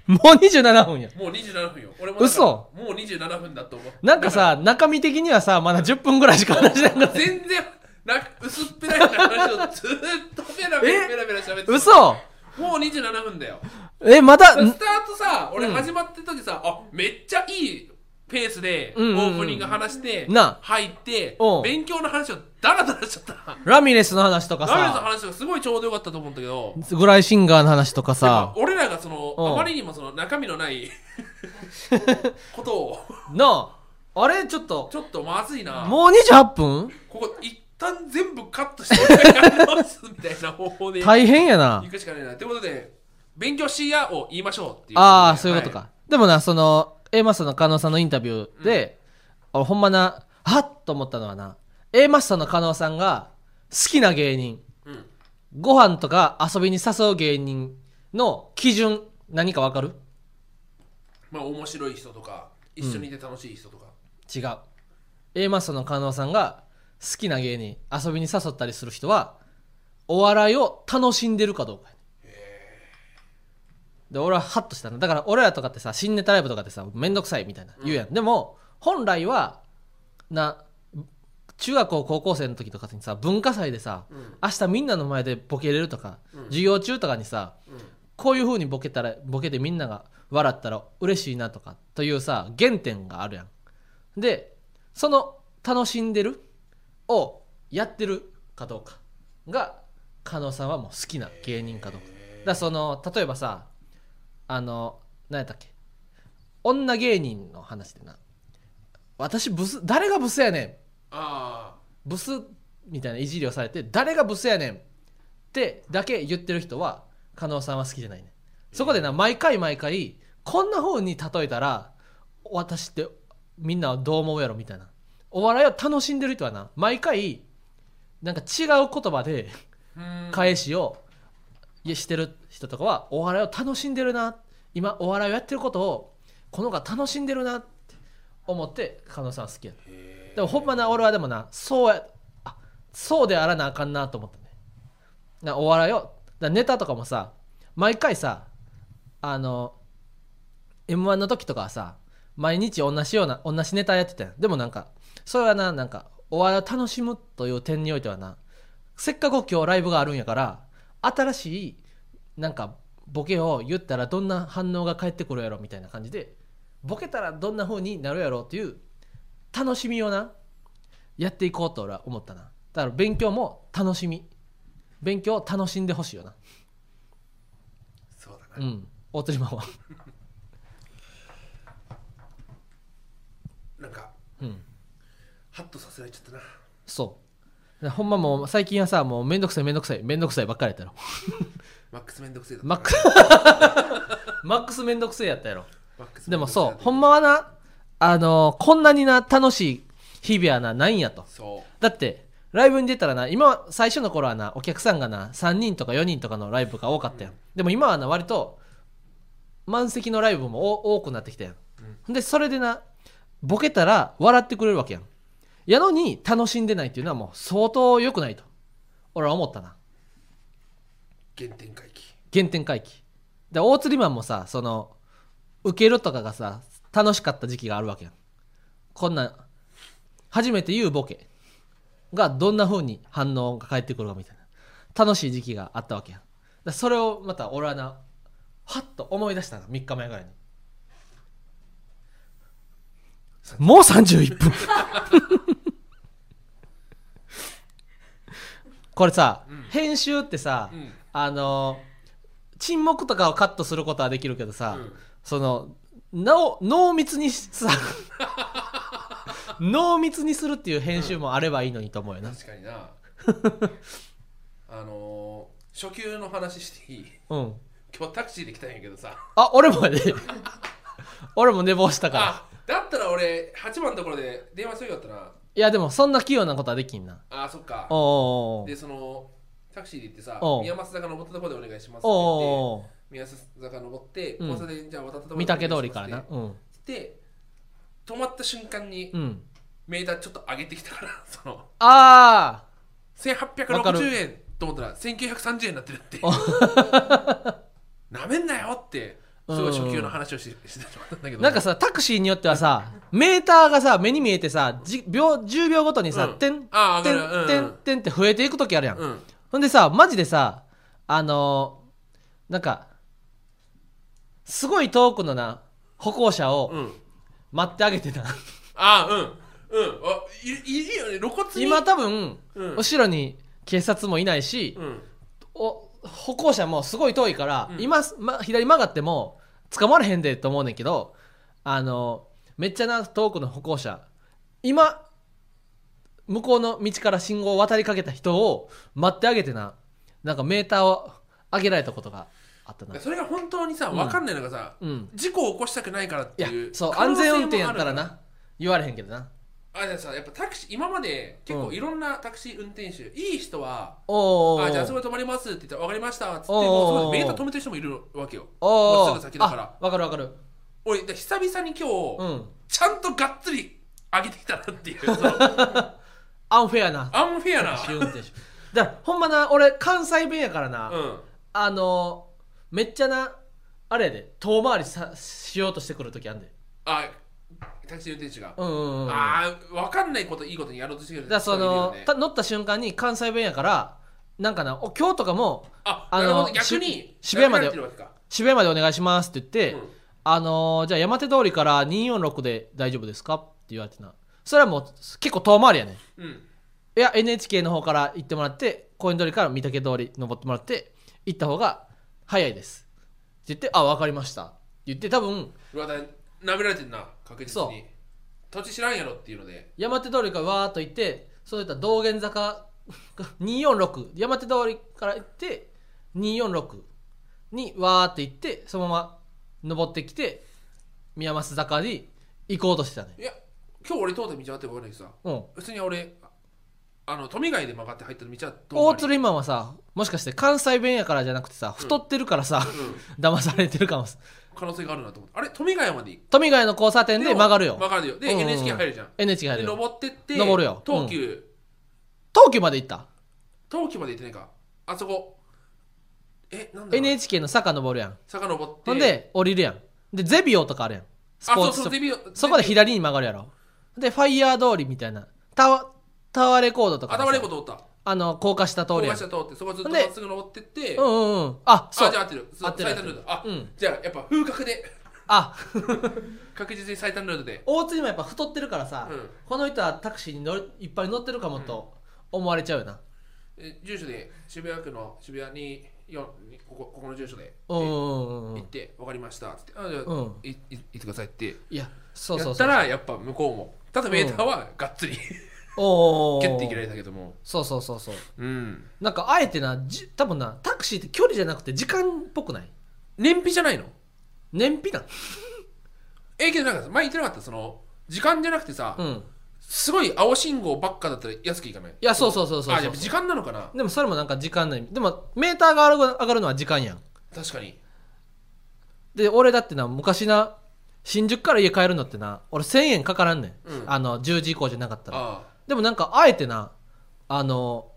S1: もう27分や
S2: もう27分よ。俺も
S1: 嘘
S2: なんかもう27分だと思う。
S1: なんかさ、中身的にはさ、まだ10分ぐらいしか話してなかっ
S2: 全然、なんか薄っぺらい話をずーっとペラペラ
S1: え
S2: ペラペラ喋って
S1: た。
S2: た
S1: 嘘
S2: もう27分だよ。
S1: え、また、
S2: ス
S1: ん
S2: タートさ、俺始まってた時さ、あめっちゃいいペースでオ
S1: うんうんうん
S2: ープニング話して、
S1: なあ
S2: 入って
S1: うん、
S2: 勉強の話をダラダラしちゃった。
S1: ラミレスの話とか
S2: ラメの
S1: さ、
S2: 話がすごいちょうどよかったと思うんだけど、
S1: グライシンガーの話とか
S2: やっぱ
S1: さ、
S2: 俺らがその、
S1: うん
S2: あまりにもその中身のない ことを、
S1: なあ、あれちょっと、
S2: ちょっとまずいな。
S1: もう28分
S2: ここ一旦全部カットしてやり直すみたいな方法で行
S1: 大変やな。
S2: くしかないな。ということで、勉強しやを言いましょうっていうことで。
S1: ああ、そういうこと
S2: は
S1: か。でもな、その、A マスターの加納さんのインタビューで、俺ほんまな、はっと思ったのはな、A マスターの加納さんが好きな芸人、
S2: い。うん。
S1: ご飯とか遊びに誘う芸人の基準、何かわかる
S2: まあ面白い人とか、一緒にいて楽しい人とか。
S1: 違う A マストの加納さんが好きな芸人遊びに誘ったりする人はお笑いを楽しんでるかどうかやねで俺はハッとしたのだから俺らとかってさ新ネタライブとかってさめんどくさいみたいな言うやん、でも本来はな中学校高校生の時とかにさ文化祭でさ、
S2: うん。
S1: 明日みんなの前でボケれるとか、
S2: うん
S1: 授業中とかにさ
S2: うん。
S1: こういう風にボケたらボケてみんなが笑ったら嬉しいなとかというさ原点があるやんでその楽しんでるをやってるかどうかが加納さんはもう好きな芸人かどうかだからその例えばさあの何やったっけ女芸人の話でな私ブス誰がブスやねんっ
S2: あ
S1: ブスみたいないじりをされて誰がブスやねんってだけ言ってる人は加納さんは好きじゃないねんそこでな毎回毎回こんな風に例えたら私ってみんなはどう思うやろみたいなお笑いを楽しんでる人はな毎回なんか違う言葉で
S2: あ
S1: 返しをいやしてる人とかはお笑いを楽しんでるな今お笑いをやってることをこの子が楽しんでるなって思って加納さんは好きやでもほんまな俺はでもなそうやあそうであらなあかんなと思ったねなお笑いをだからネタとかもさ毎回さあの m 1の時とかはさ毎日同じような同じネタやってたやんでもなんかそれはななんかお笑いを楽しむという点においてはなせっかく今日ライブがあるんやから新しいなんかボケを言ったらどんな反応が返ってくるやろみたいな感じでボケたらどんな風になるやろっていう楽しみをなやっていこうと俺は思ったなだから勉強も楽しみ勉強を楽しんでほしいよな
S2: そうだな
S1: うん大鳥マンは
S2: なんか
S1: うん
S2: ハッとさせられちゃったな
S1: そうほんまもう最近はさもうめんどくさいめんどくさいめんどくさいばっかりやったやろ
S2: マックスめんどくせえだった
S1: マックス マックスめんどくせえやったやろ
S2: マックス
S1: でもそうほん
S2: ま
S1: まはなあのこんなにな楽しい日々はなないんやと
S2: そう
S1: だってライブに出たらな今最初の頃はなお客さんがな3人とか4人とかのライブが多かったやん、でも今はな割と満席のライブもお多くなってきたやん、でそれでなボケたら笑ってくれるわけやんやのに楽しんでないっていうのはもう相当良くないと俺は思ったな
S2: 原点回帰
S1: 原点回帰で大釣りマンもさその受けるとかがさ楽しかった時期があるわけやんこんな初めて言うボケがどんな風に反応が返ってくるかみたいな楽しい時期があったわけやんでそれをまた俺はなはっと思い出したの3日前ぐらいにもう31分これさ、編集ってさ、
S2: うん
S1: あの沈黙とかをカットすることはできるけどさ、
S2: うん
S1: そのなお濃密に さ濃密にするっていう編集もあればいいのにと思うよな、
S2: 確か になあのー、初級の話していい
S1: うん、
S2: 今日タクシーで来たんやけどさ
S1: あ俺もや で俺も寝坊したから
S2: あだったら俺8番のところで電話しときゃよかったない
S1: やでもそんな器用なことはできんな
S2: あーそっか
S1: おうおう
S2: でそのタクシーで行ってさ
S1: おう
S2: 宮益坂登ったところでお願いしますって
S1: お
S2: 言って
S1: うおう
S2: 宮益坂登って
S1: うん
S2: 交差点じゃあ渡ったところ
S1: 見たけ通りからな
S2: で
S1: うん
S2: で止まった瞬間に
S1: うん
S2: メーターちょっと上げてき たからその
S1: ああわか
S2: 1860
S1: る
S2: 円と思ったら1930円になってるって なめんなよってすごい初級の話をししてしまったんだけど
S1: なんかさタクシーによってはさメーターがさ目に見えてさじ秒10秒ごとにさ、
S2: うん
S1: てん
S2: あー
S1: てん
S2: わかるうん
S1: てんてんって増えていく時あるやん、
S2: うん
S1: ほんでさマジでさあのーなんかすごい遠くのな歩行者
S2: う
S1: を
S2: ん
S1: 待ってあげてな、
S2: あーうんうんあいいいいよね露骨に
S1: 今多分、
S2: うん
S1: 後ろに警察もいないし、
S2: うん
S1: お歩行者もすごい遠いから、
S2: うん
S1: 今、ま、左曲がっても捕まらへんでと思うねんけどあのめっちゃな遠くの歩行者今向こうの道から信号を渡りかけた人を待ってあげてななんかメーターを上げられたことがあったな
S2: それが本当にさ分かんないのがさ、
S1: うん
S2: 事故を起こしたくないからっ
S1: い
S2: て
S1: や
S2: いう
S1: そう
S2: 可
S1: 安
S2: 能性
S1: 全
S2: も
S1: 運転やったら
S2: ある
S1: な言われへんけどな
S2: あじゃあさやっぱタクシー今まで結構いろんなタクシー運転手、いい人は
S1: おーおー
S2: あじゃあそこで止まりますって言ったら分かりましたっつって
S1: おう
S2: もうそ
S1: おう
S2: こでメーター止めてる人もいるわけよ
S1: おー
S2: もうすぐ先だから
S1: あわかるわかる
S2: 俺だから久々に今日、
S1: うん
S2: ちゃんとがっつり上げてきたなっていうその
S1: アンフェアな
S2: アンフェア な
S1: 試運転手だからほんまな俺関西弁やからな、
S2: うん
S1: あのめっちゃなあれやで遠回りさしようとしてくる時あんで
S2: あタクシー運転手が、
S1: うんうんうんだか
S2: あー分かんないこといいことにやろうとしてくる
S1: らその、
S2: 人いるよね
S1: た乗った瞬間に関西弁やからなんかなお今日とかも
S2: あ
S1: あの
S2: なるほど逆に
S1: し渋谷まで
S2: やられてるわけか
S1: 渋谷までお願いしますって言って、
S2: うん
S1: あのじゃあ山手通りから246で大丈夫ですかって言われてなそれはもう結構遠回りやね
S2: うん
S1: いや NHK の方から行ってもらって公園通りから御嶽通り登ってもらって行った方が早いですって言ってあ分かりましたって言って多分
S2: うわだ舐められてんな確実
S1: そう
S2: に土地知らんやろっていうので
S1: 山手通りからわーっと行ってそういった道玄坂 246山手通りから行って246にわーっと行ってそのまま登ってきて宮益坂に行こうとしてたね
S2: いや今日俺通った道あってごめんないけどさ
S1: うん
S2: 普通に俺あの富ヶ谷で曲がって入った道は
S1: 大
S2: 通り
S1: 鶴ひまんはさもしかして関西弁やからじゃなくてさ太ってるからさ、
S2: うん、
S1: 騙されてるかも
S2: 可能性があるなと思ってあれ富ヶ谷まで行く
S1: 富ヶ谷の交差点で曲がるよ
S2: 曲がるよで、
S1: うんうん
S2: NHK 入るじゃん
S1: NHK 入
S2: で
S1: るよ
S2: 登ってって
S1: 登るようん
S2: 東急、
S1: 東急まで行った
S2: 東急まで行ってないかあそこえなんだろう
S1: NHK の坂登るやん
S2: 坂登って
S1: ほんで降りるやんでゼビオとかあるやんス
S2: あ
S1: ポ
S2: そ
S1: ーツショッ
S2: うそう
S1: プ
S2: デビュー
S1: そこで
S2: デビュ
S1: 左に曲がるやろでファイヤー通りみたいなタワタワーレコードと
S2: ー
S1: かさ
S2: 頭でこ通った
S1: あの高架下通りやん
S2: 高架下通ってそこずっ
S1: ほ
S2: と
S1: ん
S2: まっ
S1: で
S2: すぐ登ってって、
S1: うんうんうんあそ
S2: あ
S1: う
S2: じゃあ合ってるそう
S1: 合ってる
S2: 最短ルートあ、
S1: うん
S2: じゃあやっぱ風格で
S1: あ
S2: 確実に最短ルートで
S1: 大津にもやっぱ太ってるからさ、
S2: うん
S1: この人はタクシーに乗るいっぱい乗ってるかもと思われちゃうよな
S2: え住所で渋谷区の渋谷に4にここここの住所で
S1: うんうんうんう
S2: 行っ
S1: ん
S2: て、わかりましたっつってあじゃあ、
S1: うん
S2: いい行ってくださいって
S1: いやそうそうそう
S2: やったらやっぱ向こうもただメーターはがっつり、
S1: おー
S2: 蹴っていけられたけども
S1: そうそうそうそう
S2: うん
S1: なんかあえてなじ多分なタクシーって距離じゃなくて時間っぽくない
S2: 燃費じゃないの
S1: 燃費なん
S2: えけどなんか前言ってなかったその時間じゃなくてさ、
S1: うん
S2: すごい青信号ばっかだったら安くいかない
S1: いやそうそうそうそうそう
S2: あやっぱ時間なのかな
S1: でもそれもなんか時間ないでもメーターが上がる上がるのは時間やん
S2: 確かに
S1: で俺だってな昔な新宿から家帰るのってな俺1000円かからんねん、
S2: うん
S1: あの10時以降じゃなかったら
S2: あ
S1: でもなんかあえてなあの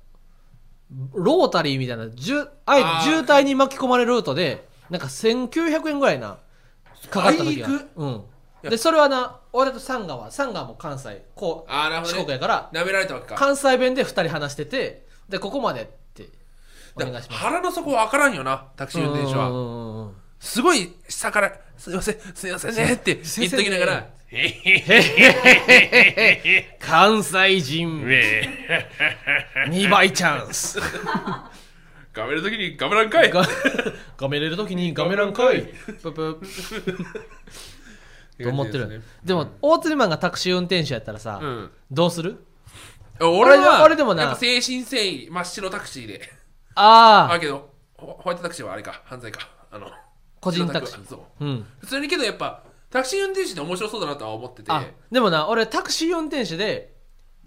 S1: ロータリーみたいなじゅあえて
S2: あー
S1: 渋滞に巻き込まれるルートでなんか1900円ぐらいなかかった時が
S2: 最悪
S1: うんでそれはな俺だと三河三河も関西こ
S2: あああな
S1: う
S2: るほ
S1: 四
S2: ど、
S1: 国
S2: ね、
S1: やから
S2: 舐められたわけか
S1: 関西弁で2人話しててでここまでってお
S2: だ
S1: 願いします
S2: 腹の底は分からんよなタクシー運転手
S1: うんう
S2: は
S1: んうんうん
S2: すごい下から「すいませんすいませんね」って
S1: すい
S2: 言
S1: ま
S2: っ
S1: せ
S2: と
S1: んね
S2: きながら「へへへ
S1: 関西人
S2: へ
S1: 2倍チャンス
S2: ガメる時にガメらんかい」
S1: がガメれる時にガメランかいププと思ってる、
S2: ね
S1: でも大釣りマンがタクシー運転手やったらさ、
S2: うん
S1: どうする
S2: 俺は
S1: 俺でもな
S2: やっぱ精神誠意真っ白タクシーで
S1: あ
S2: あ
S1: あ
S2: けどホホワイトタクシーはあれか犯罪かあの
S1: 個人タクシー
S2: 白そう
S1: うん
S2: 普通にけどやっぱタクシー運転手って面白そうだなとは思ってて
S1: あでもな俺タクシー運転手で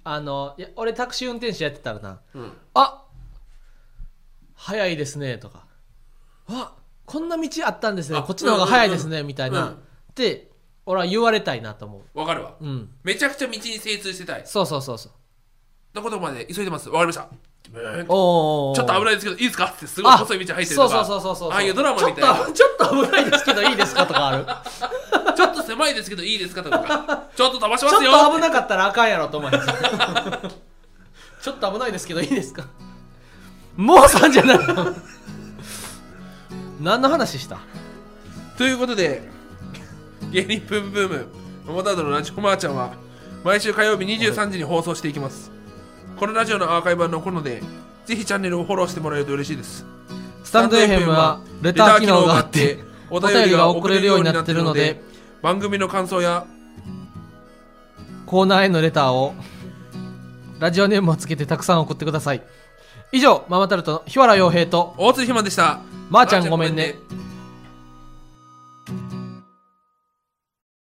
S1: あのいや俺タクシー運転手やってたらな
S2: うん
S1: あ早いですねとかあこんな道あったんですね
S2: あ
S1: こっちの方が早いです
S2: うんうん
S1: ねみたいうなんって俺は言われたいなと思
S2: わかるわ
S1: ううん
S2: めちゃくちゃ道に精通してたい
S1: そうそうそうそう
S2: のことまで急いでますわかりましたブーン
S1: おー
S2: ちょっと危ないですけどいいですかってすごい細い道入ってる
S1: そう
S2: と
S1: そう
S2: か
S1: そうそうそう
S2: ああいうドラマみたいな
S1: ちょっとちょっと危ないですけどいいですかとか ある
S2: ちょっと狭いですけどいいですかとかちょっと飛ばしま
S1: ちょっ
S2: すよ
S1: と危なかったらあかんやろと思います ちょっと危ないですけどいいですかもうさんじゃない の何の話した
S2: ということで芸人ブームブーム桃太郎のラジオマーちゃんは毎週火曜日23時に放送していきますこのラジオのアーカイブは残るのでぜひチャンネルをフォローしてもらえると嬉しいです
S1: スタンド FM はレター機能があって
S2: お
S1: 便りが送れるようになってるので
S2: 番組の感想や
S1: コーナーへのレターをラジオネームをつけてたくさん送ってください以上ママタルトの日原洋平と
S2: 大津ひまでした
S1: まーちゃんごめんね
S2: まーちゃんごめんね